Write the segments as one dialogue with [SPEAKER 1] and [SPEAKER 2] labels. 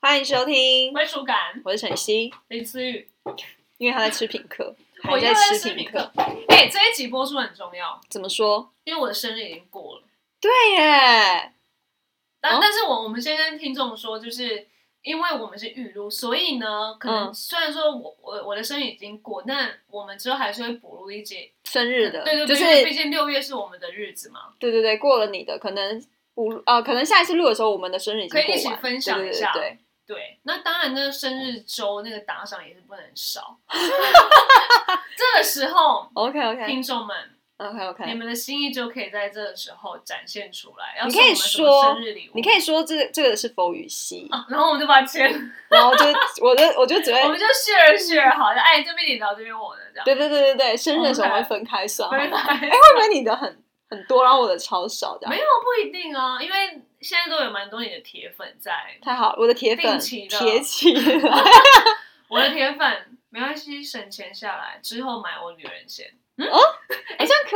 [SPEAKER 1] 欢迎收听，
[SPEAKER 2] 归属感，
[SPEAKER 1] 我是晨曦，
[SPEAKER 2] 林思雨，
[SPEAKER 1] 因为他在吃品客，
[SPEAKER 2] 我
[SPEAKER 1] 还
[SPEAKER 2] 又
[SPEAKER 1] 在
[SPEAKER 2] 在
[SPEAKER 1] 吃
[SPEAKER 2] 吃
[SPEAKER 1] 品
[SPEAKER 2] 品
[SPEAKER 1] 客
[SPEAKER 2] 客，。哎、这一集播出很重要，
[SPEAKER 1] 怎么说？
[SPEAKER 2] 因为我的生日已经过了。
[SPEAKER 1] 对耶，
[SPEAKER 2] 但、
[SPEAKER 1] 哦
[SPEAKER 2] 但是我我们先跟听众说，就是因为我们是预录，所以呢，可能
[SPEAKER 1] 嗯
[SPEAKER 2] 虽然说我我我的生日已经过，但我们之后还是会补录一集。
[SPEAKER 1] 生日的，
[SPEAKER 2] 对对
[SPEAKER 1] 就
[SPEAKER 2] 对，
[SPEAKER 1] 是
[SPEAKER 2] 因为毕竟六月是我们的日子嘛。
[SPEAKER 1] 对对对，过了你的，可能五呃，可能下一次录的时候，我们的生日已经
[SPEAKER 2] 可以
[SPEAKER 1] 过完，
[SPEAKER 2] 一起分享一下
[SPEAKER 1] 对对对对
[SPEAKER 2] 对，那当然，那个生日周那个打赏也是不能少。 这个时 候，
[SPEAKER 1] OK OK
[SPEAKER 2] 听众们，
[SPEAKER 1] OK
[SPEAKER 2] 你
[SPEAKER 1] OK，
[SPEAKER 2] 们的心意就可以在这个时候展现出来。要
[SPEAKER 1] 你
[SPEAKER 2] 送
[SPEAKER 1] 可以
[SPEAKER 2] 我们什
[SPEAKER 1] 说
[SPEAKER 2] 么生日礼物，
[SPEAKER 1] 你可以说这这个是否语系，
[SPEAKER 2] 啊， 然后我们就把钱，
[SPEAKER 1] 然后就我就我就只
[SPEAKER 2] 我
[SPEAKER 1] 会
[SPEAKER 2] 们。就 share share 好了，哎，这边你聊，这边我的这样。
[SPEAKER 1] 对对对对对，生日的时候
[SPEAKER 2] OK
[SPEAKER 1] 会分开算好了，哎
[SPEAKER 2] 拜拜。哦
[SPEAKER 1] 会不会你的很很多，然后我的超少这样？
[SPEAKER 2] 没有不一定啊，因为现在都有蛮多你的铁粉在，
[SPEAKER 1] 太好了，我的铁粉
[SPEAKER 2] 定期的
[SPEAKER 1] 铁起 来。
[SPEAKER 2] 我的铁粉没关系，省钱下来之后买我女人线，
[SPEAKER 1] 好像哎可以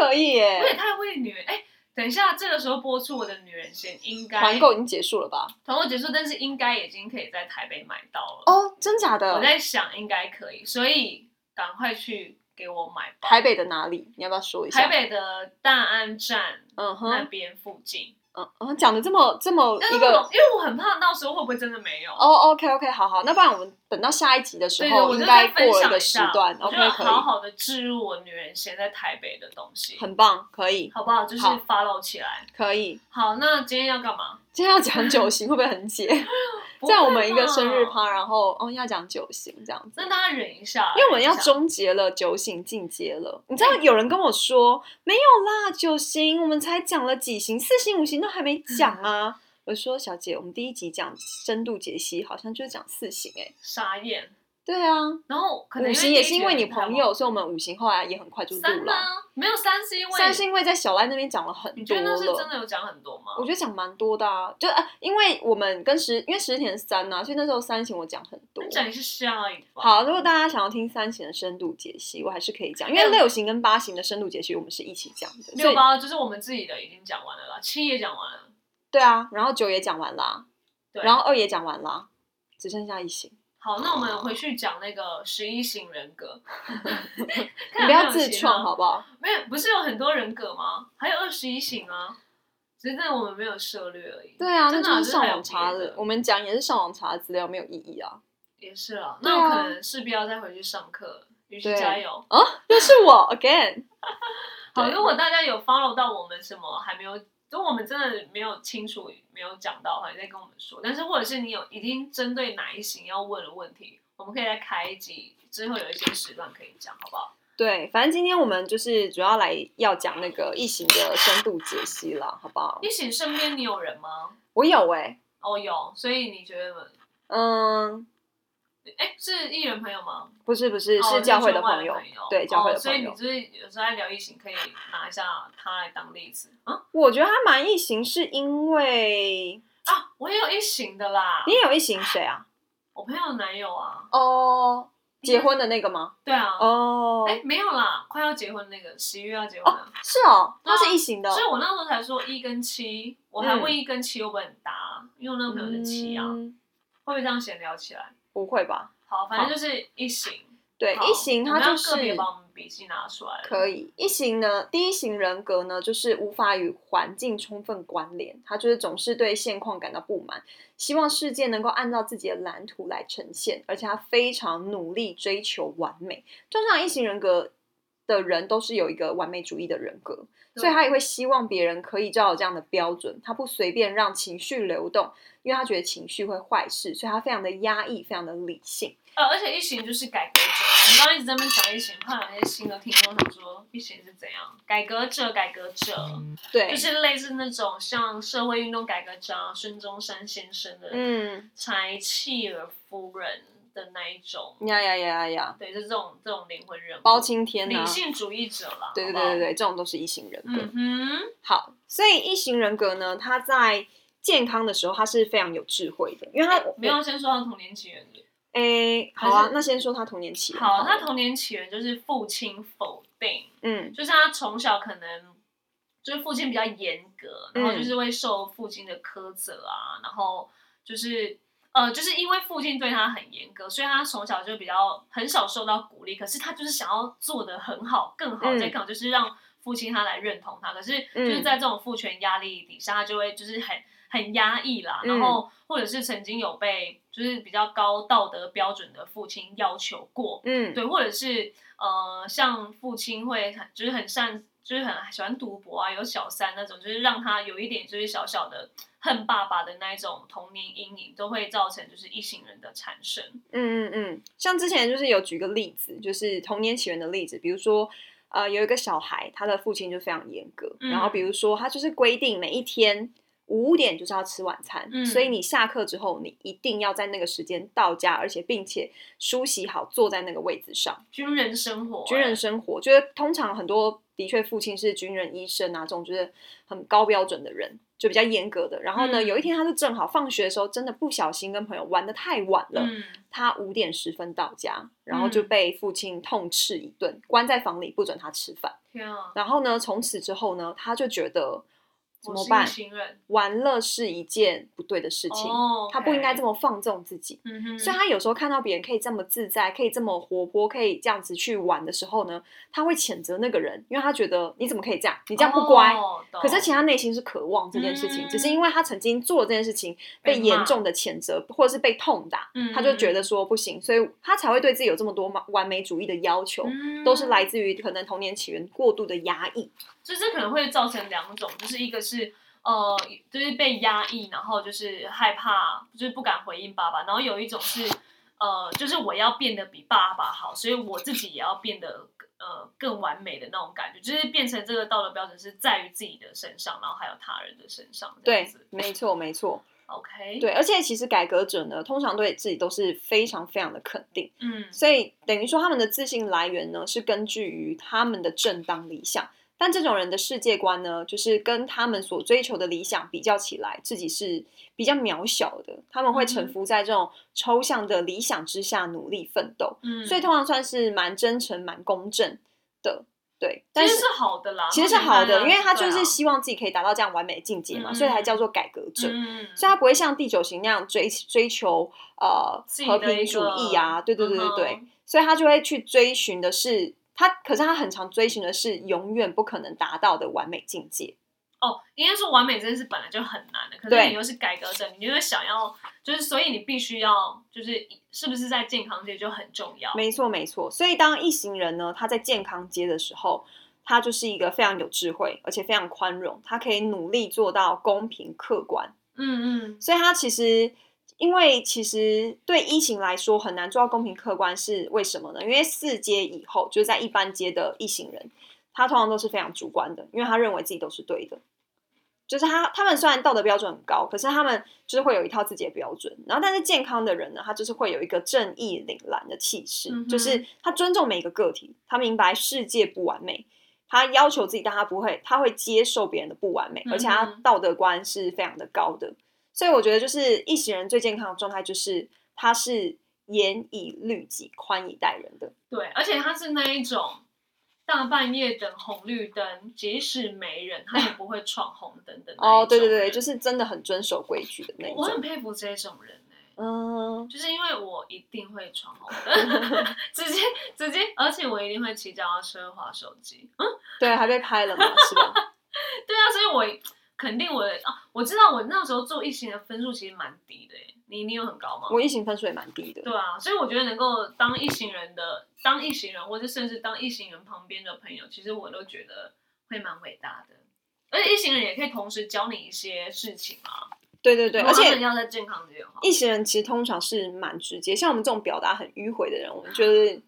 [SPEAKER 2] 我也
[SPEAKER 1] 耶。
[SPEAKER 2] 太为女人哎。等一下，这个时候播出我的女人线应该
[SPEAKER 1] 团购已经结束了吧？
[SPEAKER 2] 团购结束，但是应该已经可以在台北买到了。
[SPEAKER 1] 哦，真假
[SPEAKER 2] 我
[SPEAKER 1] 的？
[SPEAKER 2] 在想应该可以，所以赶快去给我买吧。
[SPEAKER 1] 台北的哪里？你要不要说一下？
[SPEAKER 2] 台，北的大安站
[SPEAKER 1] 嗯
[SPEAKER 2] 那
[SPEAKER 1] 哼，
[SPEAKER 2] 边附近，
[SPEAKER 1] 嗯嗯，讲的这么这么
[SPEAKER 2] 但
[SPEAKER 1] 一
[SPEAKER 2] 是
[SPEAKER 1] 个。
[SPEAKER 2] 我因为我很怕到时候会不会真的没有。
[SPEAKER 1] 哦、o k OK，好好，那不然我们等到下一集的时
[SPEAKER 2] 对对，
[SPEAKER 1] 候，
[SPEAKER 2] 我
[SPEAKER 1] 应
[SPEAKER 2] 就
[SPEAKER 1] 该
[SPEAKER 2] 再
[SPEAKER 1] 过了
[SPEAKER 2] 分享
[SPEAKER 1] 个
[SPEAKER 2] 一
[SPEAKER 1] 时
[SPEAKER 2] 下，
[SPEAKER 1] 段
[SPEAKER 2] 我
[SPEAKER 1] ，OK，
[SPEAKER 2] 就要
[SPEAKER 1] 可
[SPEAKER 2] 好
[SPEAKER 1] 以，
[SPEAKER 2] 好的置入我女人现在台北的东西，
[SPEAKER 1] 很棒，可以，
[SPEAKER 2] 好不好？就是
[SPEAKER 1] 好
[SPEAKER 2] follow 起来。
[SPEAKER 1] 可以。
[SPEAKER 2] 好，那今天要干嘛？
[SPEAKER 1] 今天要讲九型会不会很解？
[SPEAKER 2] 不
[SPEAKER 1] 在我
[SPEAKER 2] 会
[SPEAKER 1] 们一个
[SPEAKER 2] 吧
[SPEAKER 1] 生日，趴，然后哦要讲九型这样子
[SPEAKER 2] 那，大家忍一下，
[SPEAKER 1] 因为我们要
[SPEAKER 2] 忍一下。
[SPEAKER 1] 终结了九型进阶了。你知
[SPEAKER 2] 嗯
[SPEAKER 1] 道有人跟我说没有啦，九型我们才讲了几型，四型五型都还没
[SPEAKER 2] 嗯
[SPEAKER 1] 讲啊。我说小姐，我们第一集讲深度解析，好像就是讲四型哎、
[SPEAKER 2] 傻眼，
[SPEAKER 1] 对啊，
[SPEAKER 2] 然后可能
[SPEAKER 1] 五行
[SPEAKER 2] 第
[SPEAKER 1] 也
[SPEAKER 2] 一
[SPEAKER 1] 是
[SPEAKER 2] 集
[SPEAKER 1] 因为你
[SPEAKER 2] 很
[SPEAKER 1] 朋
[SPEAKER 2] 忙
[SPEAKER 1] 友，所以我们五行后来也很快就录
[SPEAKER 2] 三吗
[SPEAKER 1] 了。？
[SPEAKER 2] 没有三是因为
[SPEAKER 1] 三是因为在小赖那边讲了很
[SPEAKER 2] 你
[SPEAKER 1] 多
[SPEAKER 2] 觉得那是真
[SPEAKER 1] 了。
[SPEAKER 2] 的有讲很多吗？
[SPEAKER 1] 我觉得讲蛮多的啊，就啊，因为我们跟石，因为石田是三啊，所以那时候三型我讲很多
[SPEAKER 2] 那。讲一下下一吧。
[SPEAKER 1] 好，如果大家想要听三型的深度解析，我还是可以讲，因为
[SPEAKER 2] 嗯
[SPEAKER 1] 六型跟八型的深度解析我们是一起讲的，所
[SPEAKER 2] 六
[SPEAKER 1] 以
[SPEAKER 2] 八就是我们自己的已经讲完了啦，七也讲完了，
[SPEAKER 1] 对啊，然后九也讲完啦，
[SPEAKER 2] 对。
[SPEAKER 1] 然后二也讲完啦，只剩下一型，
[SPEAKER 2] 好，那我们回去讲那个十一型 人格，
[SPEAKER 1] 你
[SPEAKER 2] 看
[SPEAKER 1] 不
[SPEAKER 2] 有没有
[SPEAKER 1] 要自
[SPEAKER 2] 型
[SPEAKER 1] 创
[SPEAKER 2] 啊
[SPEAKER 1] 好不好？
[SPEAKER 2] 没有，不是有很多人格吗？还有二十一型啊，只是那我们没有涉略而已。
[SPEAKER 1] 对啊，那
[SPEAKER 2] 真的
[SPEAKER 1] 就
[SPEAKER 2] 啊
[SPEAKER 1] 是上网查
[SPEAKER 2] 这还有别
[SPEAKER 1] 的
[SPEAKER 2] 的，
[SPEAKER 1] 我们讲也是上网查的资料，没有意义啊。
[SPEAKER 2] 也是啊，
[SPEAKER 1] 对啊
[SPEAKER 2] 那我可能势必要再回去上课，于是
[SPEAKER 1] 对
[SPEAKER 2] 加油。
[SPEAKER 1] 又是我 again，
[SPEAKER 2] 好，
[SPEAKER 1] 对
[SPEAKER 2] 如果大家有 follow 到我们什么还没有，如果我们真的没有清楚没有讲到的话，你再跟我们说。但是或者是你有已经针对哪一型要问的问题，我们可以再开一集，之后有一些时段可以讲，好不好？
[SPEAKER 1] 对，反正今天我们就是主要来要讲那个异型的深度解析啦，好不好
[SPEAKER 2] 一？型身边你有人吗？
[SPEAKER 1] 我有哎、
[SPEAKER 2] 哦，有，所以你觉得，
[SPEAKER 1] 嗯，
[SPEAKER 2] 哎，是艺人朋友吗？
[SPEAKER 1] 不是不是，
[SPEAKER 2] 哦
[SPEAKER 1] 是
[SPEAKER 2] 是
[SPEAKER 1] 教会
[SPEAKER 2] 圈
[SPEAKER 1] 的
[SPEAKER 2] 外
[SPEAKER 1] 朋友，
[SPEAKER 2] 友
[SPEAKER 1] 对教会
[SPEAKER 2] 哦
[SPEAKER 1] 的
[SPEAKER 2] 所
[SPEAKER 1] 朋
[SPEAKER 2] 以你
[SPEAKER 1] 友。
[SPEAKER 2] 就是有时候在聊疫情，可以拿一下他来当例子。嗯
[SPEAKER 1] 我觉得他蛮异型，是因为
[SPEAKER 2] 啊，我也有一型的啦
[SPEAKER 1] 你，也有异型谁啊？
[SPEAKER 2] 我朋友的男友啊，
[SPEAKER 1] 哦，结婚的那个吗？
[SPEAKER 2] 对啊，
[SPEAKER 1] 哦，
[SPEAKER 2] 哎、没有啦，快要结婚那个，十一月要结婚了。
[SPEAKER 1] 是哦，
[SPEAKER 2] 对啊
[SPEAKER 1] 他是异型的哦，
[SPEAKER 2] 所以我那时候才说一跟七，我还
[SPEAKER 1] 嗯
[SPEAKER 2] 问一跟七会不会很搭，因为我那个朋友是七啊，
[SPEAKER 1] 嗯
[SPEAKER 2] 会不会这样闲聊起来？
[SPEAKER 1] 不会吧？
[SPEAKER 2] 好，反正就是一型。
[SPEAKER 1] 对，
[SPEAKER 2] 好
[SPEAKER 1] 一型
[SPEAKER 2] 我
[SPEAKER 1] 他
[SPEAKER 2] 们要
[SPEAKER 1] 就是
[SPEAKER 2] 个别把我们笔记拿出来了。
[SPEAKER 1] 可以，一型呢，第一型人格呢，就是无法与环境充分关联，他就是总是对现况感到不满，希望世界能够按照自己的蓝图来呈现，而且他非常努力追求完美。通常一型人格的人都是有一个完美主义的人格，
[SPEAKER 2] 对
[SPEAKER 1] 所以他也会希望别人可以照这样的标准，他不随便让情绪流动，因为他觉得情绪会坏事，所以他非常的压抑，非常的理性。
[SPEAKER 2] 呃，而且一型就是改革者，我们刚刚一直在那边讲一型，怕有些新的听众想说一型是怎样？改革者，改革者，
[SPEAKER 1] 嗯对，
[SPEAKER 2] 就是类似那种像社会运动改革者啊，孙中山先生的
[SPEAKER 1] 嗯，
[SPEAKER 2] 柴契尔夫人的那一种，
[SPEAKER 1] 呀呀呀呀，
[SPEAKER 2] 对，就是这种这种灵魂人物，
[SPEAKER 1] 包青天呐、
[SPEAKER 2] 理性主义者啦，
[SPEAKER 1] 对对
[SPEAKER 2] 好不
[SPEAKER 1] 对对
[SPEAKER 2] 好，
[SPEAKER 1] 对，这种都是一型人格。
[SPEAKER 2] 嗯哼，
[SPEAKER 1] 好，所以一型人格呢，他在健康的时候，他是非常有智慧的，因为他
[SPEAKER 2] 哎没有先说到童年起源的，
[SPEAKER 1] 诶，好啊
[SPEAKER 2] 还，是
[SPEAKER 1] 那先说他童年期。
[SPEAKER 2] 好，啊那童年起源就是父亲否定。
[SPEAKER 1] 嗯
[SPEAKER 2] 就是他从小可能就是父亲比较严格，
[SPEAKER 1] 嗯
[SPEAKER 2] 然后就是会受父亲的苛责啊，然后就是呃，就是因为父亲对他很严格，所以他从小就比较很少受到鼓励。可是他就是想要做的很好，更好，
[SPEAKER 1] 嗯
[SPEAKER 2] 再更好，就是让父亲他来认同他。可是就是
[SPEAKER 1] 嗯
[SPEAKER 2] 在这种父权压力底下，他就会就是很很压抑啦。
[SPEAKER 1] 嗯
[SPEAKER 2] 然后或者是曾经有被就是比较高道德标准的父亲要求过，
[SPEAKER 1] 嗯，
[SPEAKER 2] 对，或者是呃，像父亲会很就是很善，就是很喜欢赌博啊，有小三那种，就是让他有一点就是小小的恨爸爸的那一种童年阴影，都会造成就是一行人的产生。
[SPEAKER 1] 嗯嗯嗯，像之前就是有举个例子，就是童年起源的例子，比如说。呃，有一个小孩，他的父亲就非常严格，
[SPEAKER 2] 嗯
[SPEAKER 1] 然后比如说他就是规定每一天五点就是要吃晚餐，
[SPEAKER 2] 嗯
[SPEAKER 1] 所以你下课之后你一定要在那个时间到家，而且并且梳洗好坐在那个位置上。
[SPEAKER 2] 军人生活、欸
[SPEAKER 1] 军人生活，就是通常很多的确父亲是军人、医生啊，这种就是很高标准的人，就比较严格的。然后呢，
[SPEAKER 2] 嗯
[SPEAKER 1] 有一天他就正好放学的时候，真的不小心跟朋友玩的太晚了，
[SPEAKER 2] 嗯，
[SPEAKER 1] 他五点十分到家，然后就
[SPEAKER 2] 嗯
[SPEAKER 1] 被父亲痛斥一顿，关在房里不准他吃饭。
[SPEAKER 2] 天啊，
[SPEAKER 1] 然后呢，从此之后呢，他就觉得怎
[SPEAKER 2] 我
[SPEAKER 1] 么
[SPEAKER 2] 是一
[SPEAKER 1] 办？
[SPEAKER 2] 行人
[SPEAKER 1] 玩乐是一件不对的事情，
[SPEAKER 2] 哦，
[SPEAKER 1] 他不应该这
[SPEAKER 2] 么，
[SPEAKER 1] 么放纵自己。
[SPEAKER 2] 嗯哼，
[SPEAKER 1] 所以他有时候看到别人可以这么自在，可以这么活泼，可以这样子去玩的时候呢，他会谴责那个人，因为他觉得你怎么可以这样，你
[SPEAKER 2] 你
[SPEAKER 1] 这样不乖。
[SPEAKER 2] 哦、懂
[SPEAKER 1] 可是其实他内心是渴望这件事情，
[SPEAKER 2] 嗯
[SPEAKER 1] 只是因为他曾经做这件事情
[SPEAKER 2] 被
[SPEAKER 1] 被严重的谴责，或者是被痛打，
[SPEAKER 2] 嗯
[SPEAKER 1] 他就觉得说不行，所以他才会对自己有这么多嘛完美主义的要求，
[SPEAKER 2] 嗯
[SPEAKER 1] 都是来自于可能童年起源过度的压抑。
[SPEAKER 2] 所以这可能会造成两种，就是一个是呃，就是被压抑，然后就是害怕，就是不敢回应爸爸，然后有一种是呃，就是我要变得比爸爸好，所以我自己也要变得呃更完美的那种感觉，就是变成这个道德标准是在于自己的身上，然后还有他人的身上，这样
[SPEAKER 1] 对
[SPEAKER 2] 子，
[SPEAKER 1] 没错，没错，
[SPEAKER 2] ，OK，，
[SPEAKER 1] 对。而且其实改革者呢，通常对自己都是非常非常的肯定。
[SPEAKER 2] 嗯
[SPEAKER 1] 所以等于说他们的自信来源呢是根据于他们的正当理想，但这种人的世界观呢，就是跟他们所追求的理想比较起来，自己是比较渺小的，他们会
[SPEAKER 2] 嗯
[SPEAKER 1] 臣服在这种抽象的理想之下努力奋斗，
[SPEAKER 2] 嗯，
[SPEAKER 1] 所以通常算是蛮真诚、蛮公正的，对。
[SPEAKER 2] 其
[SPEAKER 1] 但
[SPEAKER 2] 实
[SPEAKER 1] 是
[SPEAKER 2] 是好的啦，
[SPEAKER 1] 其实是好
[SPEAKER 2] 当
[SPEAKER 1] 的，因
[SPEAKER 2] 然
[SPEAKER 1] 为他就
[SPEAKER 2] 对
[SPEAKER 1] 是
[SPEAKER 2] 啊
[SPEAKER 1] 希望自己可以达到这样完美的境界嘛，
[SPEAKER 2] 嗯
[SPEAKER 1] 所以才叫做改革者。
[SPEAKER 2] 嗯，
[SPEAKER 1] 所以他不会像第九型那样追追求呃
[SPEAKER 2] 自己的
[SPEAKER 1] 和
[SPEAKER 2] 一
[SPEAKER 1] 平
[SPEAKER 2] 个
[SPEAKER 1] 主义啊，对对对对对，
[SPEAKER 2] 嗯哼
[SPEAKER 1] 所以他就会去追寻的是他，可是他很常追寻的是永远不可能达到的完美境界。
[SPEAKER 2] 哦，应该说完美这件事本来就很难的，可是
[SPEAKER 1] 对
[SPEAKER 2] 你又是改革者，你就会想要，就是所以你必须要，就是是不是在健康界就很重要。
[SPEAKER 1] 没错没错，所以当一行人呢，他在健康街的时候。他就是一个非常有智慧，而且非常宽容，他可以努力做到公平客观，
[SPEAKER 2] 嗯嗯，
[SPEAKER 1] 所以他其实，因为其实对一型来说很难做到公平客观，是为什么呢？因为四阶以后，就是在一般阶的一行人，他通常都是非常主观的，因为他认为自己都是对的。就是他他们虽然道德标准很高，可是他们就是会有一套自己的标准。然后，但是健康的人呢，他就是会有一个正义凛然的气势，
[SPEAKER 2] 嗯哼
[SPEAKER 1] 就是他尊重每个个体，他明白世界不完美。他要求自己，但他不会，他会接受别人的不完美，而且他
[SPEAKER 2] 嗯哼
[SPEAKER 1] 道德观是非常的高的。所以我觉得，就是一行人最健康的状态，就是他是严以律己、宽以待人的。
[SPEAKER 2] 对，而且他是那一种大半夜等红绿灯，即使没人，他也不会闯红灯的那一
[SPEAKER 1] 哦，对对
[SPEAKER 2] 种
[SPEAKER 1] 对，
[SPEAKER 2] 人
[SPEAKER 1] 就是真的很遵守规矩的那一
[SPEAKER 2] 我很
[SPEAKER 1] 种。
[SPEAKER 2] 佩服这种人哎、
[SPEAKER 1] 嗯，
[SPEAKER 2] 就是因为我一定会闯红 灯，直接直接，而且我一定会骑脚踏车、滑手机。
[SPEAKER 1] 对，还被拍了嘛，是吧？
[SPEAKER 2] 对啊，所以我肯定我的啊，我知道我那时候做疫情的分数其实蛮低的耶，你你有很高吗？
[SPEAKER 1] 我一行分数也蛮低的。
[SPEAKER 2] 对啊，所以我觉得能够当一行人的，当一行人，或者甚至当一行人旁边的朋友，其实我都觉得会蛮伟大的。而且一行人也可以同时教你一些事情啊，
[SPEAKER 1] 对对对，
[SPEAKER 2] 如
[SPEAKER 1] 而
[SPEAKER 2] 果他们
[SPEAKER 1] 且
[SPEAKER 2] 要在健康这边的话，
[SPEAKER 1] 一行人其实通常是蛮直接，像我们这种表达很迂回的人，我们就是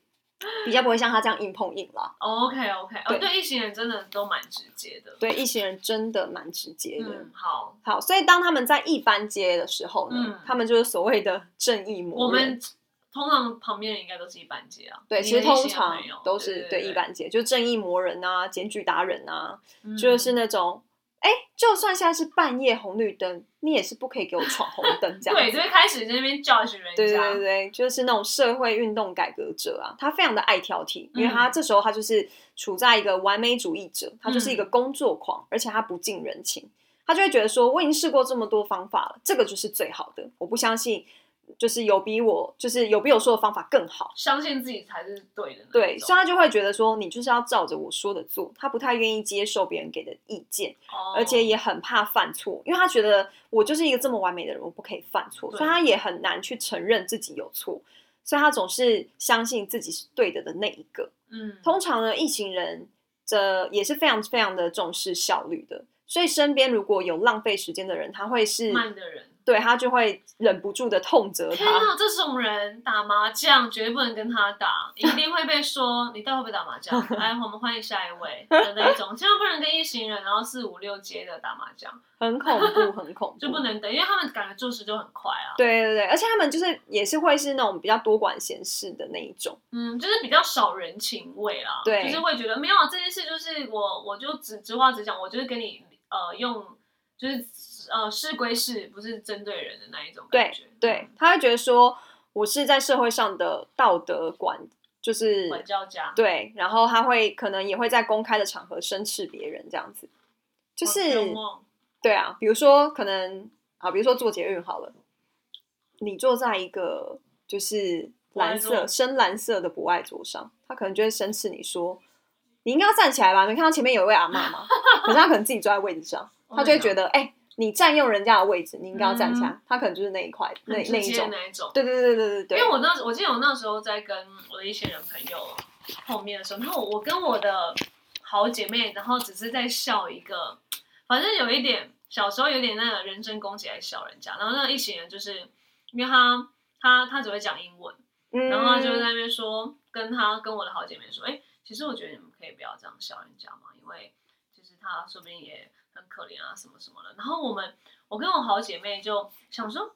[SPEAKER 1] 比较不会像他这样硬碰硬啦。
[SPEAKER 2] OK OK，哦，
[SPEAKER 1] 对
[SPEAKER 2] 对，一行人真的都蛮直接的。
[SPEAKER 1] 对，一行人真的蛮直接的。
[SPEAKER 2] 嗯，好，
[SPEAKER 1] 好，所以当他们在一般街的时候呢，
[SPEAKER 2] 嗯
[SPEAKER 1] 他们就是所谓的正义魔人。
[SPEAKER 2] 我们通常旁边人应该都是一般街啊，
[SPEAKER 1] 对，
[SPEAKER 2] 你
[SPEAKER 1] 其实
[SPEAKER 2] 的异
[SPEAKER 1] 通
[SPEAKER 2] 性的
[SPEAKER 1] 常
[SPEAKER 2] 朋友
[SPEAKER 1] 都是
[SPEAKER 2] 对
[SPEAKER 1] 对一，般界，就正义魔人啊、检举达人啊，
[SPEAKER 2] 嗯
[SPEAKER 1] 就是那种，哎，就算现在是半夜红绿灯，你也是不可以给我闯红灯这样
[SPEAKER 2] 对，
[SPEAKER 1] 子。
[SPEAKER 2] 就会开始在那边 judge 人家，
[SPEAKER 1] 对对对对，就是那种社会运动改革者啊，他非常的爱挑剔，因为他这时候他就是处在一个完美主义者，他就是一个工作狂，而且他不近人情，他就会觉得说，我已经试过这么多方法了，这个就是最好的，我不相信就是有比我就是有比我说的方法更好。
[SPEAKER 2] 相信自己才是对的那
[SPEAKER 1] 对，
[SPEAKER 2] 一种
[SPEAKER 1] 所以他就会觉得说你就是要照着我说的做，他不太愿意接受别人给的意见，
[SPEAKER 2] 哦
[SPEAKER 1] 而且也很怕犯错，因为他觉得我就是一个这么完美的人，我不可以犯错，
[SPEAKER 2] 对
[SPEAKER 1] 所以他也很难去承认自己有错，所以他总是相信自己是对的的那一个。
[SPEAKER 2] 嗯，
[SPEAKER 1] 通常呢，一行人这也是非常非常的重视效率的，所以身边如果有浪费时间的人，他会是
[SPEAKER 2] 嗯慢的人。
[SPEAKER 1] 对他就会忍不住的痛责
[SPEAKER 2] 天啊
[SPEAKER 1] 他。
[SPEAKER 2] 哪，这种人打麻将绝对不能跟他打，一定会被说你到底会不会打 麻将？来，我们欢迎下一位的那一种，千万不能跟一行人，然后四五六接的打麻将，
[SPEAKER 1] 很恐怖，很恐怖，
[SPEAKER 2] 就不能等，因为他们感觉做事就很快啊。
[SPEAKER 1] 对对对，而且他们就是也是会是那种比较多管闲事的那一种，
[SPEAKER 2] 嗯，就是比较少人情味啦，
[SPEAKER 1] 对
[SPEAKER 2] 就是会觉得没有啊这件事，就是我我就直直话直讲，我就是跟你呃用就是呃事归事，不是针对人的那一种感觉，
[SPEAKER 1] 对，他会觉得说我是在社会上的道德管，就是
[SPEAKER 2] 嗯，管教家，
[SPEAKER 1] 对，然后他会可能也会在公开的场合生斥别人这样子，就
[SPEAKER 2] 好
[SPEAKER 1] 是
[SPEAKER 2] 幽默
[SPEAKER 1] 对啊，比如说可能啊，比如说坐捷运好了，你坐在一个就是蓝
[SPEAKER 2] 不爱
[SPEAKER 1] 色
[SPEAKER 2] 坐
[SPEAKER 1] 深蓝色的博爱桌上，他可能就会生气你说，你应该要站起来吧？没看到前面有一位阿嬷吗？可是他可能自己坐在位置 上，他就会觉得，哎、你占用人家的位置，你应该要站起来。他可能就是那一块那
[SPEAKER 2] 嗯很
[SPEAKER 1] 那
[SPEAKER 2] 直
[SPEAKER 1] 一
[SPEAKER 2] 接的
[SPEAKER 1] 种，
[SPEAKER 2] 那一种。
[SPEAKER 1] 对对对对对对，
[SPEAKER 2] 因为我那时我记得我那时候在跟我的一些人朋友碰面的时候，然后我跟我的好姐妹，然后只是在笑一个，反正有一点小时候有点那个人身攻击来笑人家，然后那一行人就是因为他他他只会讲英文，
[SPEAKER 1] 嗯
[SPEAKER 2] 然后他就在那边说，跟他跟我的好姐妹说，哎、其实我觉得你们可以不要这样笑人家嘛，因为就是他说不定也很可怜啊，什么什么的。然后我们，我跟我好姐妹就想说，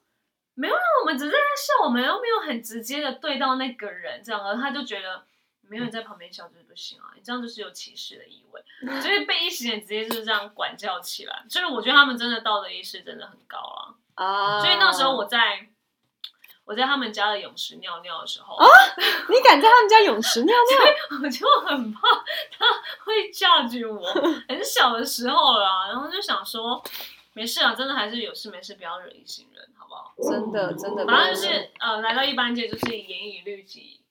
[SPEAKER 2] 没有啊，我们只是在笑，我们又没有很直接的对到那个人这样，而他就觉得。没有人在旁边笑就是不行啊，你这样就是有歧视的意味，所以被一行人直接就是这样管教起来。所以我觉得他们真的道德意识真的很高了、
[SPEAKER 1] 啊，
[SPEAKER 2] 所以那时候我在我在他们家的泳池尿尿的时候，
[SPEAKER 1] 你敢在他们家泳池尿 尿？
[SPEAKER 2] 我就很怕他会 judge 我。很小的时候啦，然后就想说，没事啊，真的还是有事没事不要惹一行人，好不好？
[SPEAKER 1] 真的真的，
[SPEAKER 2] 反正就是呃，来到一般界就是严以律己，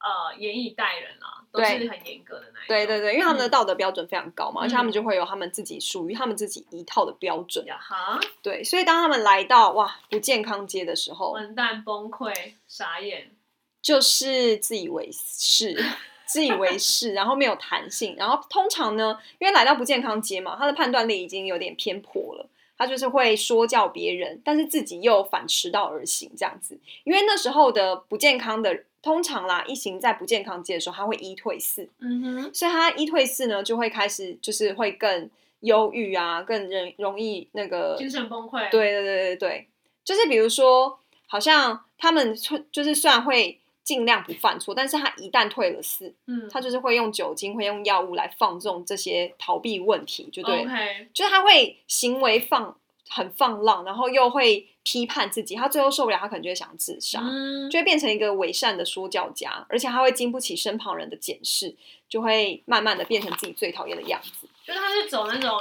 [SPEAKER 2] 呃，严以待人啊，都
[SPEAKER 1] 对
[SPEAKER 2] 是很严格的那一种。
[SPEAKER 1] 对对对，因为他们的
[SPEAKER 2] 嗯
[SPEAKER 1] 道德标准非常高嘛，而且他们
[SPEAKER 2] 嗯
[SPEAKER 1] 就会有他们自己属于他们自己一套的标准。
[SPEAKER 2] 呀哈，
[SPEAKER 1] 对，所以当他们来到哇不健康街的时候，
[SPEAKER 2] 完蛋，崩溃，傻眼，
[SPEAKER 1] 就是自以为是。自以为是，然后没有弹性，然后通常呢，因为来到不健康街嘛，他的判断力已经有点偏颇了，他就是会说教别人，但是自己又反迟到而行这样子。因为那时候的不健康的，通常啦，一行在不健康街的时候，他会一退四，
[SPEAKER 2] 嗯哼，
[SPEAKER 1] 所以他一退四呢，就会开始就是会更忧郁啊，更容容易那个，
[SPEAKER 2] 精
[SPEAKER 1] 对
[SPEAKER 2] 神崩溃，，
[SPEAKER 1] 对对对对，就是比如说，好像他们就就是虽然会尽量不犯错，但是他一旦退了四，
[SPEAKER 2] 嗯，
[SPEAKER 1] 他就是会用酒精、会用药物来放纵这些逃避问题，就对了
[SPEAKER 2] 哦 OK，
[SPEAKER 1] 就是他会行为放很放浪，然后又会批判自己，他最后受不了，他可能就会想自杀。
[SPEAKER 2] 嗯，
[SPEAKER 1] 就会变成一个伪善的说教家，而且他会经不起身旁人的检视，就会慢慢的变成自己最讨厌的样子。
[SPEAKER 2] 就是他是走那种，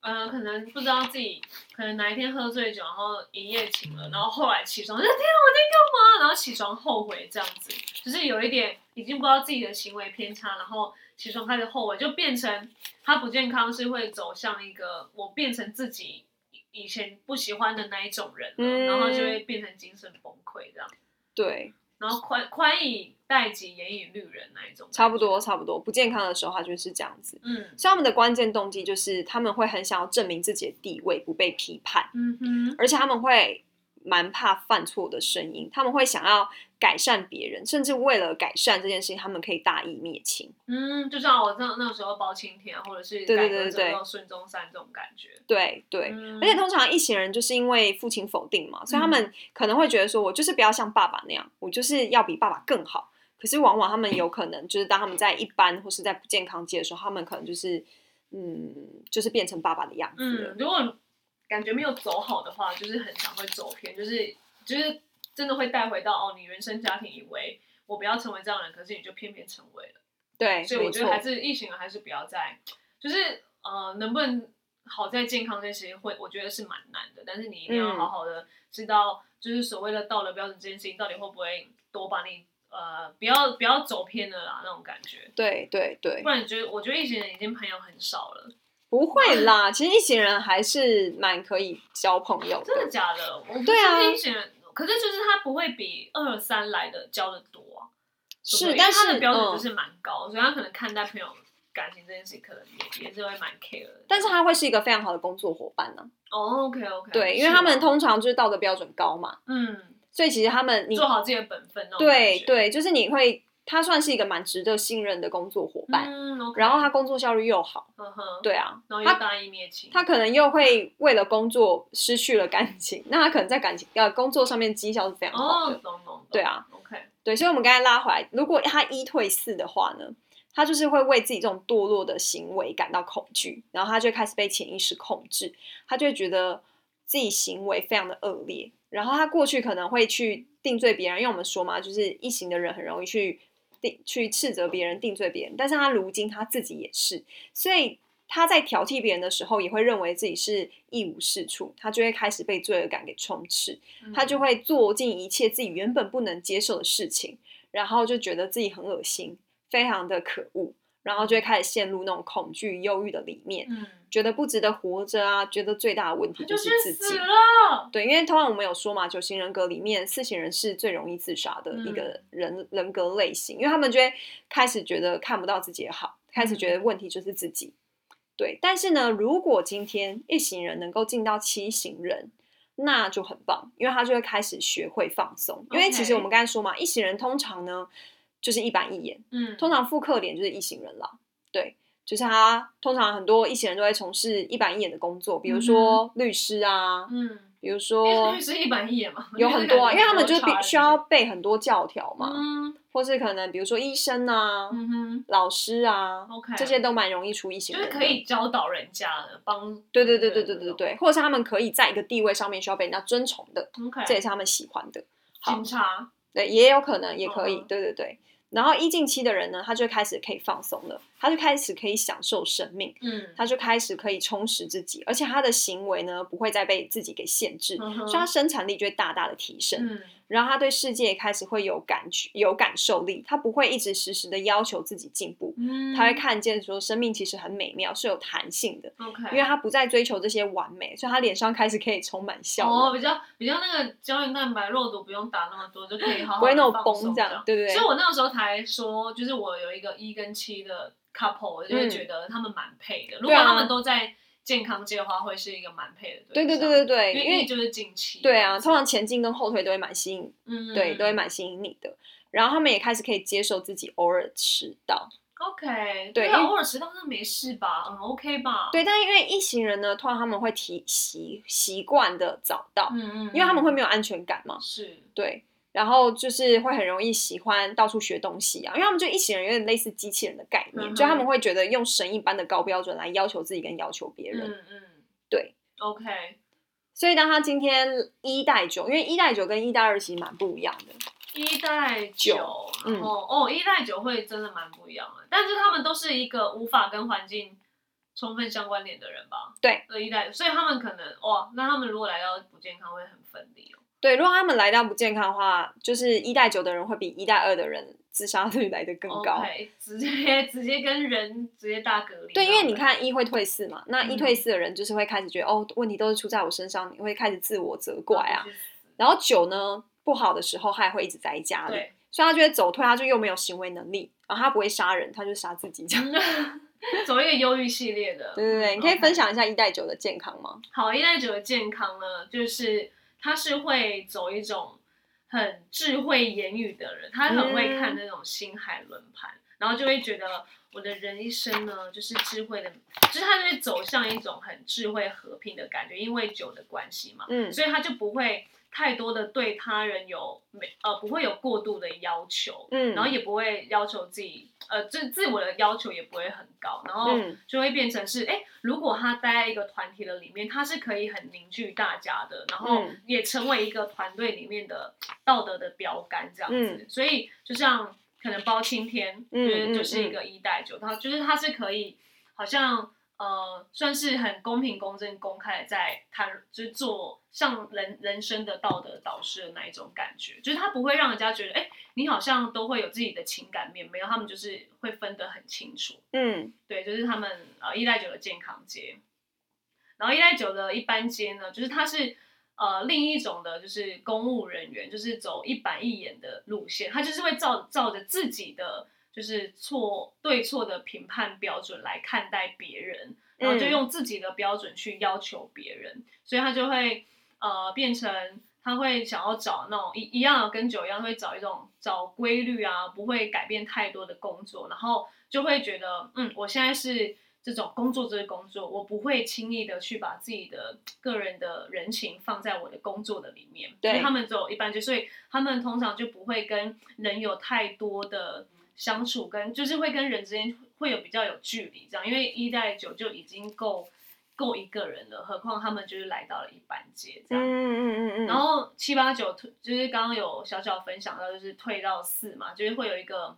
[SPEAKER 2] 呃，可能不知道自己，可能哪一天喝醉酒，然后一夜情了，然后后来起床，就天啊，我在干嘛？然后起床后悔这样子，就是有一点已经不知道自己的行为偏差，然后起床开始后悔，就变成他不健康是会走向一个我变成自己以前不喜欢的那一种人了，
[SPEAKER 1] 嗯
[SPEAKER 2] 然后就会变成精神崩溃这样，
[SPEAKER 1] 对，
[SPEAKER 2] 然后宽宽以待己，严以律人那一种，
[SPEAKER 1] 差不多，差不多。不健康的时候，他就是这样子。
[SPEAKER 2] 嗯
[SPEAKER 1] 所以他们的关键动机就是他们会很想要证明自己的地位不被批判，
[SPEAKER 2] 嗯哼，
[SPEAKER 1] 而且他们会蛮怕犯错的声音，他们会想要改善别人，甚至为了改善这件事情，他们可以大义灭亲。
[SPEAKER 2] 嗯，就像我那那时候包青天，或者是
[SPEAKER 1] 对对
[SPEAKER 2] 改
[SPEAKER 1] 对
[SPEAKER 2] 革
[SPEAKER 1] 对
[SPEAKER 2] 之后孙中山这种感觉，
[SPEAKER 1] 对对，
[SPEAKER 2] 嗯
[SPEAKER 1] 而且通常一行人就是因为父亲否定嘛，所以他们可能会觉得说，我就是不要像爸爸那样，我就是要比爸爸更好。可是往往他们有可能就是当他们在一般或是在不健康界的时候，他们可能就是嗯，就是变成爸爸的样子了。
[SPEAKER 2] 嗯，如果感觉没有走好的话，就是很常会走偏，就是就是真的会带回到哦，你原生家庭以为我不要成为这样的人，可是你就偏偏成为了，
[SPEAKER 1] 对，
[SPEAKER 2] 所以我
[SPEAKER 1] 没
[SPEAKER 2] 觉得
[SPEAKER 1] 错，
[SPEAKER 2] 还是异性人还是不要再，就是呃，能不能好在健康这些会，我觉得是蛮难的。但是你一定
[SPEAKER 1] 嗯
[SPEAKER 2] 要好好的知道，就是所谓的道德标准这件事情，到底会不会多把你呃，不要不要走偏了啦那种感觉。
[SPEAKER 1] 对对对
[SPEAKER 2] 不，然你觉得，我觉得一行人已经朋友很少了，
[SPEAKER 1] 不会啦，其实一行人还是蛮可以交朋友
[SPEAKER 2] 真的
[SPEAKER 1] 的。
[SPEAKER 2] 假的？我不
[SPEAKER 1] 对啊
[SPEAKER 2] 确定一行人，可是就是他不会比二三来的交的多啊。
[SPEAKER 1] 是，
[SPEAKER 2] 对不对因为
[SPEAKER 1] 但
[SPEAKER 2] 他
[SPEAKER 1] 是
[SPEAKER 2] 的标准就
[SPEAKER 1] 嗯，
[SPEAKER 2] 是蛮高，所以他可能看待朋友感情这件事，可能也也是会蛮 care 的。
[SPEAKER 1] 但是他会是一个非常好的工作伙伴呢、
[SPEAKER 2] 哦，OK OK，
[SPEAKER 1] 对，因为他们
[SPEAKER 2] 通
[SPEAKER 1] 通常就是道德标准高嘛，
[SPEAKER 2] 嗯
[SPEAKER 1] 所以其实他们你
[SPEAKER 2] 做好自己的本分那种
[SPEAKER 1] 对
[SPEAKER 2] 感觉，
[SPEAKER 1] 对，就是你会，他算是一个蛮值得信任的工作伙伴，
[SPEAKER 2] 嗯，OK，
[SPEAKER 1] 然后他工作效率又好，
[SPEAKER 2] 嗯哼，
[SPEAKER 1] 对啊，
[SPEAKER 2] 然后
[SPEAKER 1] 他
[SPEAKER 2] 又大义灭亲，哦
[SPEAKER 1] 他可能又会为了工作失去了感情，那他可能在感情呃工作上面绩效是非常好
[SPEAKER 2] 哦，
[SPEAKER 1] 的，
[SPEAKER 2] 懂懂懂，
[SPEAKER 1] 对啊
[SPEAKER 2] ，OK，
[SPEAKER 1] 对，所以我们刚才拉回来，如果他一退四的话呢，他就是会为自己这种堕落的行为感到恐惧，然后他就会开始被潜意识控制，他就会觉得自己行为非常的恶劣，然后他过去可能会去定罪别人，因为我们说嘛，就是一行的人很容易去定去斥责别人、定罪别人，但是他如今他自己也是，所以。他在挑剔别人的时候，也会认为自己是一无是处，他就会开始被罪恶感给充斥，他就
[SPEAKER 2] 会
[SPEAKER 1] 会做尽一切自己原本不能接受的事情，然后就觉得自己很恶心，非常的可恶，然后就会开始陷入那种恐惧、忧郁的里面，
[SPEAKER 2] 嗯，
[SPEAKER 1] 觉得不值得活着啊，觉得最大的问
[SPEAKER 2] 他
[SPEAKER 1] 题
[SPEAKER 2] 就是
[SPEAKER 1] 自
[SPEAKER 2] 去死
[SPEAKER 1] 己。
[SPEAKER 2] 了，
[SPEAKER 1] 对，因为通常我们有说嘛，九型人格里面四型人是最容易自杀的一个人、人格类型，因为他们就会开始觉得看不到自己的好，开始觉得问题就是自己。对，但是呢，如果今天一行人能够进到七型人，那就很棒，因为他就会开始学会放松。因为其实
[SPEAKER 2] OK
[SPEAKER 1] 我们刚才说嘛，一行人通常呢就是一板一眼，
[SPEAKER 2] 嗯，
[SPEAKER 1] 通常复刻点就是一行人啦，对，就是他通常很多一行人都会从事一板一眼的工作，比如说律师啊，
[SPEAKER 2] 嗯。
[SPEAKER 1] 比如
[SPEAKER 2] 因为
[SPEAKER 1] 说
[SPEAKER 2] 律师一板一眼嘛，
[SPEAKER 1] 有很多啊，因为他们就是是必需要背很多教条嘛，
[SPEAKER 2] 嗯
[SPEAKER 1] 或是可能比如说医生啊、
[SPEAKER 2] 嗯哼，
[SPEAKER 1] 老师啊
[SPEAKER 2] OK
[SPEAKER 1] 这些都蛮容易出一行
[SPEAKER 2] 就
[SPEAKER 1] 人
[SPEAKER 2] 是
[SPEAKER 1] 的。
[SPEAKER 2] 可以教导人家的，帮
[SPEAKER 1] 对对对对对对
[SPEAKER 2] 对
[SPEAKER 1] 对，或者是他们可以在一个地位上面需要被人家尊崇的，
[SPEAKER 2] ，OK，
[SPEAKER 1] 这也是他们喜欢的。好
[SPEAKER 2] 警察，
[SPEAKER 1] 对，也有可能也可以，
[SPEAKER 2] 嗯嗯
[SPEAKER 1] 对对对。然后一进七的人呢，他就开始可以放松了，他就开始可以享受生命，
[SPEAKER 2] 嗯，
[SPEAKER 1] 他就开始可以充实自己，而且他的行为呢不会再被自己给限制，
[SPEAKER 2] 嗯哼
[SPEAKER 1] 所以他生产力就会大大的提升。
[SPEAKER 2] 嗯
[SPEAKER 1] 然后他对世界开始会有感觉、有感受力，他不会一直时时的要求自己进步，
[SPEAKER 2] 嗯，
[SPEAKER 1] 他会看见说生命其实很美妙，是有弹性的，
[SPEAKER 2] ，OK，
[SPEAKER 1] 因为他不再追求这些完美，所以他脸上开始可以充满笑
[SPEAKER 2] 哦，
[SPEAKER 1] 容。
[SPEAKER 2] 比较比较那个胶原蛋白肉毒不用打那么多，就可以好好
[SPEAKER 1] 不会那种
[SPEAKER 2] 地放松
[SPEAKER 1] 崩
[SPEAKER 2] 这
[SPEAKER 1] 这样对对对
[SPEAKER 2] 所以我那个时候才说，就是我有一个一跟七的 couple，我就会
[SPEAKER 1] 嗯
[SPEAKER 2] 觉得他们蛮配的。如果
[SPEAKER 1] 对啊
[SPEAKER 2] 他们都在健康界的话，会是一个蛮配的
[SPEAKER 1] 对对
[SPEAKER 2] 象
[SPEAKER 1] 对对对，
[SPEAKER 2] 因
[SPEAKER 1] 因
[SPEAKER 2] 为一
[SPEAKER 1] 为
[SPEAKER 2] 就是近期。
[SPEAKER 1] 对啊，通常前进跟后退都会蛮吸引，
[SPEAKER 2] 嗯
[SPEAKER 1] 对，都会蛮吸引你的。然后他们也开始可以接受自己偶尔迟到，
[SPEAKER 2] OK，
[SPEAKER 1] 对因
[SPEAKER 2] 啊，
[SPEAKER 1] 为
[SPEAKER 2] 偶尔迟到那没事吧，嗯，OK 吧，，
[SPEAKER 1] 对。但因为一行人呢，通常他们会提习习惯的早到，
[SPEAKER 2] 嗯嗯，
[SPEAKER 1] 因为他们会
[SPEAKER 2] 嗯
[SPEAKER 1] 没有安全感嘛，
[SPEAKER 2] 是，
[SPEAKER 1] 对，然后就是会很容易喜欢到处学东西啊，因为他们就一行人有点类似机器人的概念，
[SPEAKER 2] 嗯
[SPEAKER 1] 就他
[SPEAKER 2] 哼
[SPEAKER 1] 们会觉得用神一般的高标准来要求自己跟要求别人。
[SPEAKER 2] 嗯嗯，
[SPEAKER 1] 对
[SPEAKER 2] ，OK，
[SPEAKER 1] 所以当他今天一带九，因为一带九跟一带二其实蛮不一样的，
[SPEAKER 2] 一代
[SPEAKER 1] 九嗯
[SPEAKER 2] 九，然后、哦，一代九会真的蛮不一样的，但是他们都是一个无法跟环境充分相关联的人吧？
[SPEAKER 1] 对，
[SPEAKER 2] 一代，所以他们可能哇，那他们如果来到不健康，会很分离哦。
[SPEAKER 1] 对，如果他们来到不健康的话，就是一带九的人会比一带二的人自杀率来得更高。
[SPEAKER 2] OK，直接直接跟人直接大隔离。
[SPEAKER 1] 对，因为你
[SPEAKER 2] 那种感觉，
[SPEAKER 1] 看一会退四嘛，那一
[SPEAKER 2] 嗯
[SPEAKER 1] 退四的人就是会开始觉得、哦，问题都是出在我身上，你会开始自我责怪啊
[SPEAKER 2] 就。是死
[SPEAKER 1] 然后九呢，不好的时候他也会一直宅在家里，
[SPEAKER 2] 对，
[SPEAKER 1] 所以他就会走退，他就又没有行为能力，然后他不会杀人，他就杀自己这样。
[SPEAKER 2] 走一个忧郁系列的。
[SPEAKER 1] 对对对，
[SPEAKER 2] 嗯
[SPEAKER 1] 你可以
[SPEAKER 2] OK
[SPEAKER 1] 分享一下一带九的健康吗？
[SPEAKER 2] 好，依赖者的健康呢，就是他是会走一种很智慧言语的人，他很会
[SPEAKER 1] 嗯
[SPEAKER 2] 看那种星海轮盘，然后就会觉得我的人一生呢，就是智慧的，就是他就会走向一种很智慧和平的感觉，因为酒的关系嘛，
[SPEAKER 1] 嗯，
[SPEAKER 2] 所以他就不会太多的对他人有没呃不会有过度的要求，
[SPEAKER 1] 嗯
[SPEAKER 2] 然后也不会要求自己，呃，自自我的要求也不会很高，然后
[SPEAKER 1] 嗯
[SPEAKER 2] 就会变成是，哎、如果他待在一个团体的里面，他是可以很凝聚大家的，然后
[SPEAKER 1] 嗯
[SPEAKER 2] 也成为一个团队里面的道德的标杆这样子。
[SPEAKER 1] 嗯
[SPEAKER 2] 所以就像可能包青天，
[SPEAKER 1] 嗯
[SPEAKER 2] 就是
[SPEAKER 1] 嗯
[SPEAKER 2] 就是一
[SPEAKER 1] 嗯
[SPEAKER 2] 个一代九，他就是他是可以好像呃，算是很公平、公正、公开地在谈，就是做像人人生的道德导师的那一种感觉，就是他不会让人家觉得，哎、你好像都会有自己的情感面，没有，他们就是会分得很清楚。
[SPEAKER 1] 嗯，
[SPEAKER 2] 对，就是他们呃一带九的健康街，然后一带九的一般街呢，就是它是呃另一种的，就是公务人员，就是走一板一眼的路线，他就是会照照着自己的就是错对错的评判标准来看待别人，然后就
[SPEAKER 1] 嗯
[SPEAKER 2] 用自己的标准去要求别人，所以他就会呃变成。他会想要找那种一一样跟酒一样，会找一种找规律啊，不会改变太多的工作，然后就会觉得，嗯，我现在是这种工作就是工作，我不会轻易的去把自己的个人的人情放在我的工作的里面。
[SPEAKER 1] 对
[SPEAKER 2] 因为他们只有一般就，所以他们通常就不会跟人有太多的相处跟，就是会跟人之间会有比较有距离这样，因为一代九就已经够够一个人了，何况他们就是来到了一般街这样。
[SPEAKER 1] 嗯嗯嗯嗯，
[SPEAKER 2] 然后七八九退，就是刚刚有小小分享到，就是退到四嘛，就是会有一个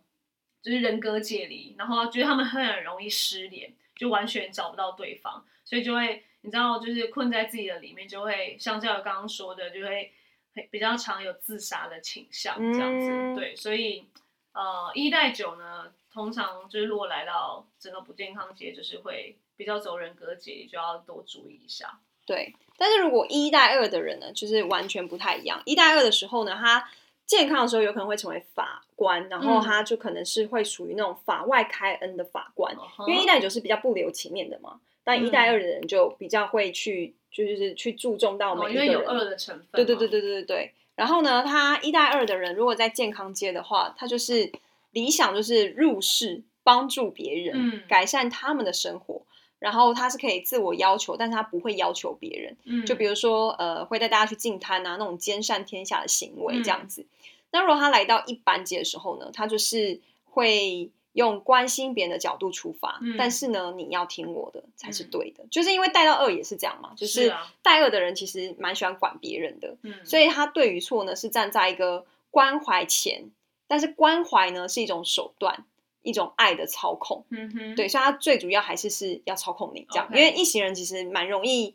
[SPEAKER 2] 就是人格解离，然后觉得他们会很容易失联，就完全找不到对方，所以就会你知道，就是困在自己的里面，就会像教友刚刚说的，就会很比较常有自杀的倾向这样子。
[SPEAKER 1] 嗯
[SPEAKER 2] 对，所以呃一代九呢，通常就是如果来到整个不健康街，就是会比较走人格解离，就要多注意一下。
[SPEAKER 1] 对，但是如果一带二的人呢，就是完全不太一样。一带二的时候呢，他健康的时候有可能会成为法官，然后
[SPEAKER 2] 嗯
[SPEAKER 1] 他就可能是会属于那种法外开恩的法官，因为一
[SPEAKER 2] 嗯哼
[SPEAKER 1] 带九是比较不留情面的嘛，但一
[SPEAKER 2] 嗯
[SPEAKER 1] 带二的人就比较会去，就是去注重到
[SPEAKER 2] 哦
[SPEAKER 1] 每一
[SPEAKER 2] 因
[SPEAKER 1] 个
[SPEAKER 2] 为
[SPEAKER 1] 人。
[SPEAKER 2] 有二的成分嘛，
[SPEAKER 1] 对对对对对对对。然后呢，他一带二的人如果在健康街的话，他就是理想就是入世，帮助别人，
[SPEAKER 2] 嗯
[SPEAKER 1] 改善他们的生活。然后他是可以自我要求，但是他不会要求别人。
[SPEAKER 2] 嗯，
[SPEAKER 1] 就比如说呃，会带大家去进摊啊，那种兼善天下的行为这
[SPEAKER 2] 嗯
[SPEAKER 1] 样子。那如果他来到一般街的时候呢，他就是会用关心别人的角度出发，
[SPEAKER 2] 嗯
[SPEAKER 1] 但是呢，你要听我的才是
[SPEAKER 2] 嗯
[SPEAKER 1] 对的，就是因为带到二也是这样嘛，就是是
[SPEAKER 2] 啊
[SPEAKER 1] 带二的人其实蛮喜欢管别人的，
[SPEAKER 2] 嗯，
[SPEAKER 1] 所
[SPEAKER 2] 以
[SPEAKER 1] 以他对与错呢是站在一个关怀前，但是关怀呢是一种手段，一种爱的操控。
[SPEAKER 2] 嗯哼，
[SPEAKER 1] 对，所以他最主要还是是要操控你这样
[SPEAKER 2] OK
[SPEAKER 1] 因为一行人其实蛮容易，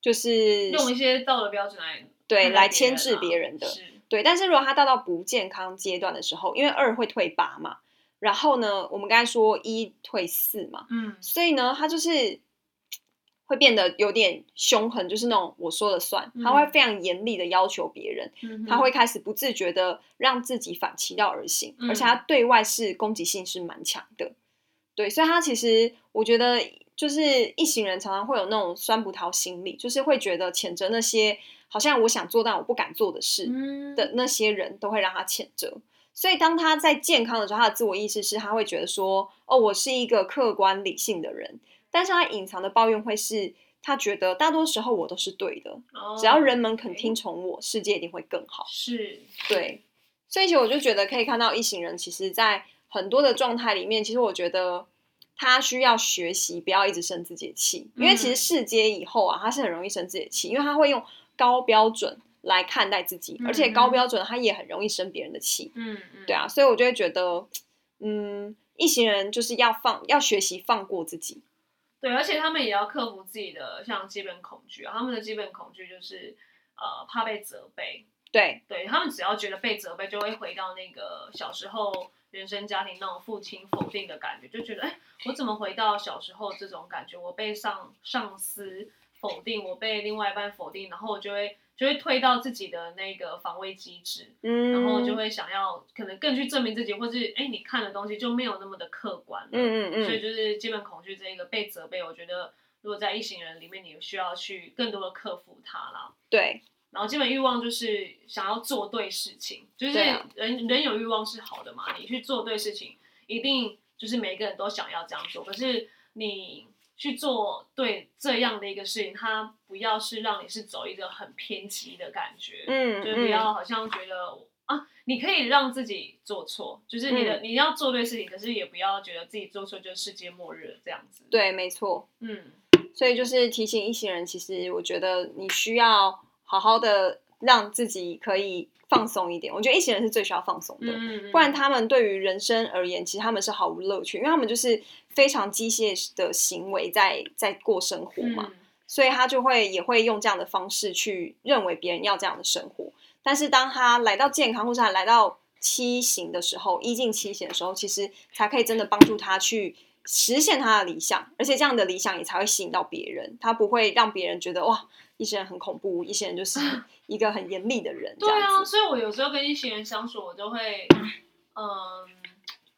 [SPEAKER 1] 就是
[SPEAKER 2] 用一些道德标准来
[SPEAKER 1] 对
[SPEAKER 2] 看待
[SPEAKER 1] 来
[SPEAKER 2] 别
[SPEAKER 1] 牵制
[SPEAKER 2] 啊
[SPEAKER 1] 别人的
[SPEAKER 2] 是
[SPEAKER 1] 对。但是如果他到到不健康阶段的时候，因为二会退八嘛，然后呢，我们刚才说一退四嘛，
[SPEAKER 2] 嗯
[SPEAKER 1] 所以呢，他就是会变得有点凶狠，就是那种我说了算，他会
[SPEAKER 2] 嗯
[SPEAKER 1] 非常严厉的要求别人，
[SPEAKER 2] 嗯哼，
[SPEAKER 1] 他会开始不自觉的让自己反其道而行，而且
[SPEAKER 2] 嗯
[SPEAKER 1] 他对外是攻击性是蛮强的。对，所以他其实我觉得就是一行人常常会有那种酸葡萄心理，就是会觉得谴责那些好像我想做但我不敢做的事
[SPEAKER 2] 嗯
[SPEAKER 1] 的那些人都会让他谴责。所以当他在健康的时候，他的自我意识是他会觉得说，哦，我是一个客观理性的人，但是他隐藏的抱怨会是他觉得大多时候我都是对的，只要人们肯听，
[SPEAKER 2] 哦
[SPEAKER 1] 从我，世界一定会更好
[SPEAKER 2] ，OK，。是
[SPEAKER 1] 对，所以其实我就觉得可以看到一行人，其实在很多的状态里面，其实我觉得他需要学习，不要一直生自己的气，因为其实
[SPEAKER 2] 嗯
[SPEAKER 1] 世界以后啊，他是很容易生自己的气，因为他会用高标准来看待自己，而且
[SPEAKER 2] 嗯
[SPEAKER 1] 高
[SPEAKER 2] 嗯
[SPEAKER 1] 标准他也很容易生别人的气，
[SPEAKER 2] 嗯嗯，
[SPEAKER 1] 对啊，，所以我就会觉得，嗯，一行人就是要放，要学习放过自己，
[SPEAKER 2] 对，而且他们也要克服自己的像基本恐惧啊，他们的基本恐惧就是呃怕被责备，
[SPEAKER 1] 对，
[SPEAKER 2] 对他们只要觉得被责备，就会回到那个小时候原生家庭那种父亲否定的感觉，就觉得哎、我怎么回到小时候这种感觉？我被上上司否定，我被另外一半否定，然后我就会就会退到自己的那个防卫机制，
[SPEAKER 1] 嗯，
[SPEAKER 2] 然后就，会想要可能更去证明自己，或是哎、你看的东西就没有那么的客观了。
[SPEAKER 1] 嗯嗯
[SPEAKER 2] 所以
[SPEAKER 1] 嗯，
[SPEAKER 2] 就是基本恐惧这一个被责备，我觉得如果在一行人里面，你需要去更多的克服它啦。
[SPEAKER 1] 对，
[SPEAKER 2] 然后基本欲望就是想要做对事情，就是
[SPEAKER 1] 对
[SPEAKER 2] 人、
[SPEAKER 1] 啊
[SPEAKER 2] 人有欲望是好的嘛，你去做对事情，一定就是每个人都想要这样做。可是你去做对这样的一个事情，它不要是让你是走一个很偏激的感觉，
[SPEAKER 1] 嗯
[SPEAKER 2] 就是不
[SPEAKER 1] 嗯
[SPEAKER 2] 要好像觉得啊，你可以让自己做错，就是你
[SPEAKER 1] 嗯
[SPEAKER 2] 的、你要做对事情，可是也不要觉得自己做错就是世界末日这样子。，
[SPEAKER 1] 对，没错，
[SPEAKER 2] 嗯，
[SPEAKER 1] 所以就是提醒一行人，其实我觉得你需要好好的让自己可以放松一点。我觉得一行人是最需要放松的，
[SPEAKER 2] 嗯，
[SPEAKER 1] 不然他们对于人生而言，其实他们是毫无乐趣，因为他们就是非常机械的行为在在过生活嘛。
[SPEAKER 2] 嗯
[SPEAKER 1] 所以他就会也会用这样的方式去认为别人要这样的生活。但是当他来到健康，或是他来到七型的时候，一进七型的时候，其实才可以真的帮助他去实现他的理想，而且这样的理想也才会吸引到别人，他不会让别人觉得哇，一些人很恐怖，一些人就是 一个很严厉的人这
[SPEAKER 2] 对啊，
[SPEAKER 1] 样子。
[SPEAKER 2] 所以我有时候跟一群人相处，我都会，嗯，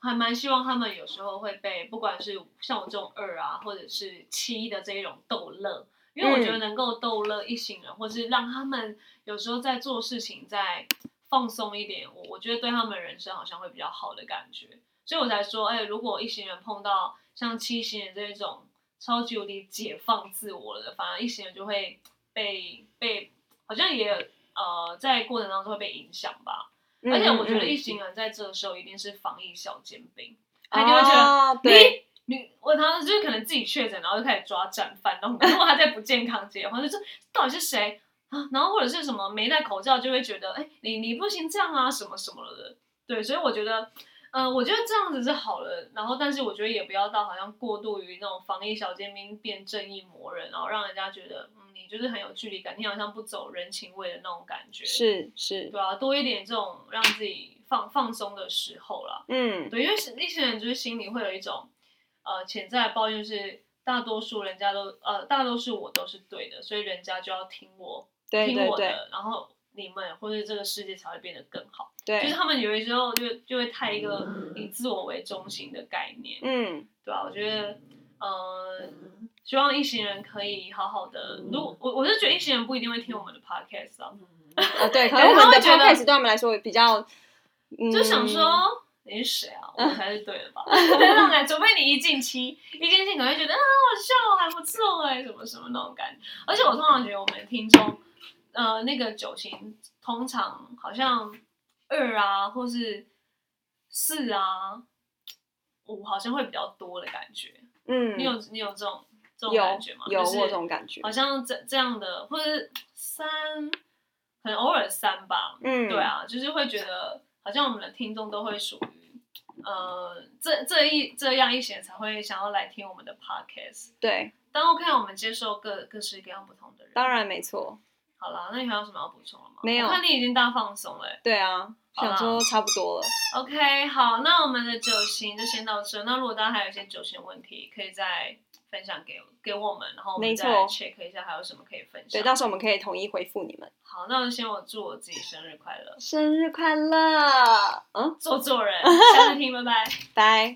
[SPEAKER 2] 还蛮希望他们有时候会被，不管是像我这种二啊，或者是七的这一种逗乐，因为我觉得能够逗乐一行人，或是让他们有时候在做事情再放松一点，我我觉得对他们人生好像会比较好的感觉。所以我才说，哎、如果一行人碰到像七行人这一种超级无敌解放自我的，反而一行人就会被被好像也呃在过程当中会被影响
[SPEAKER 1] 嗯
[SPEAKER 2] 吧。而且我觉得一
[SPEAKER 1] 嗯
[SPEAKER 2] 行人在这时候一定是防疫小尖兵，
[SPEAKER 1] 嗯
[SPEAKER 2] 他一定会觉得
[SPEAKER 1] 啊，对，
[SPEAKER 2] 你你我当时就是可能自己确诊，然后就开始抓战犯，然后 如果他在不健康结婚，就是到底是谁啊？然后或者是什么没戴口罩，就会觉得哎、你你不行这样啊，什么什么的。对，所以我觉得，呃，我觉得这样子是好了。然后，但是我觉得也不要到好像过度于那种防疫小尖兵变正义魔人，然后让人家觉得嗯你就是很有距离感，你好像不走人情味的那种感觉。
[SPEAKER 1] 是是，
[SPEAKER 2] 对啊，多一点这种让自己放放松的时候啦。
[SPEAKER 1] 嗯，
[SPEAKER 2] 对，因为是那些人就是心里会有一种呃潜在的抱怨是。大多数人家都呃，大多数我都是对的，所以人家就要听我，
[SPEAKER 1] 对
[SPEAKER 2] 听
[SPEAKER 1] 对
[SPEAKER 2] 我
[SPEAKER 1] 对
[SPEAKER 2] 的，然后你们或者这个世界才会变得更好。就
[SPEAKER 1] 对
[SPEAKER 2] 是，他们有的时候就就会太一个以自我为中心的概念，
[SPEAKER 1] 嗯
[SPEAKER 2] 对吧、我觉得，呃，希望一行人可以好好的。如果我我是觉得一行人不一定会听我们的 podcast 啊，
[SPEAKER 1] 啊， 对，可
[SPEAKER 2] 对
[SPEAKER 1] 能我
[SPEAKER 2] 他
[SPEAKER 1] 们
[SPEAKER 2] 会
[SPEAKER 1] 的
[SPEAKER 2] 觉得
[SPEAKER 1] podcast 对他们来说比较，嗯
[SPEAKER 2] 就想说你是谁啊？我才是对的 吧？那种感觉，除非你一进期，一进期可能会觉得啊，好笑，还不错哎、什么什么那种感觉。而且我通常觉得我们的听众，呃，那个九型通常好像二啊，或是四啊，五好像会比较多的感觉。
[SPEAKER 1] 嗯，
[SPEAKER 2] 你有你有这种这种
[SPEAKER 1] 有
[SPEAKER 2] 感觉吗？
[SPEAKER 1] 有我
[SPEAKER 2] 就是
[SPEAKER 1] 有这种感觉
[SPEAKER 2] 好，像这这样的，或者是三，可能偶尔三吧，
[SPEAKER 1] 嗯，
[SPEAKER 2] 对，啊，就是会觉得好像我们的听众都会属于，呃，这这一这样一些才会想要来听我们的 podcast。
[SPEAKER 1] 对，
[SPEAKER 2] 但 OK，我们接受各各式各样不同的人。
[SPEAKER 1] 当，然没错，
[SPEAKER 2] 好啦，那你还有什么要补充的吗？
[SPEAKER 1] 没有
[SPEAKER 2] 我看你已经大放松了欸。
[SPEAKER 1] 对啊，
[SPEAKER 2] 好啦
[SPEAKER 1] 想说差不多了，
[SPEAKER 2] OK，好，那我们的九型就先到这。那如果大家还有一些九型问题，可以再分享给给我们，然后我们
[SPEAKER 1] 没
[SPEAKER 2] 再
[SPEAKER 1] 错
[SPEAKER 2] check 一下还有什么可以分
[SPEAKER 1] 对，
[SPEAKER 2] 享。
[SPEAKER 1] 到时候我们可以统一回复你们，
[SPEAKER 2] 好，那我就先我祝我自己生日快乐，
[SPEAKER 1] 生日快乐，嗯，
[SPEAKER 2] 做做人，下次听，拜拜。
[SPEAKER 1] 拜。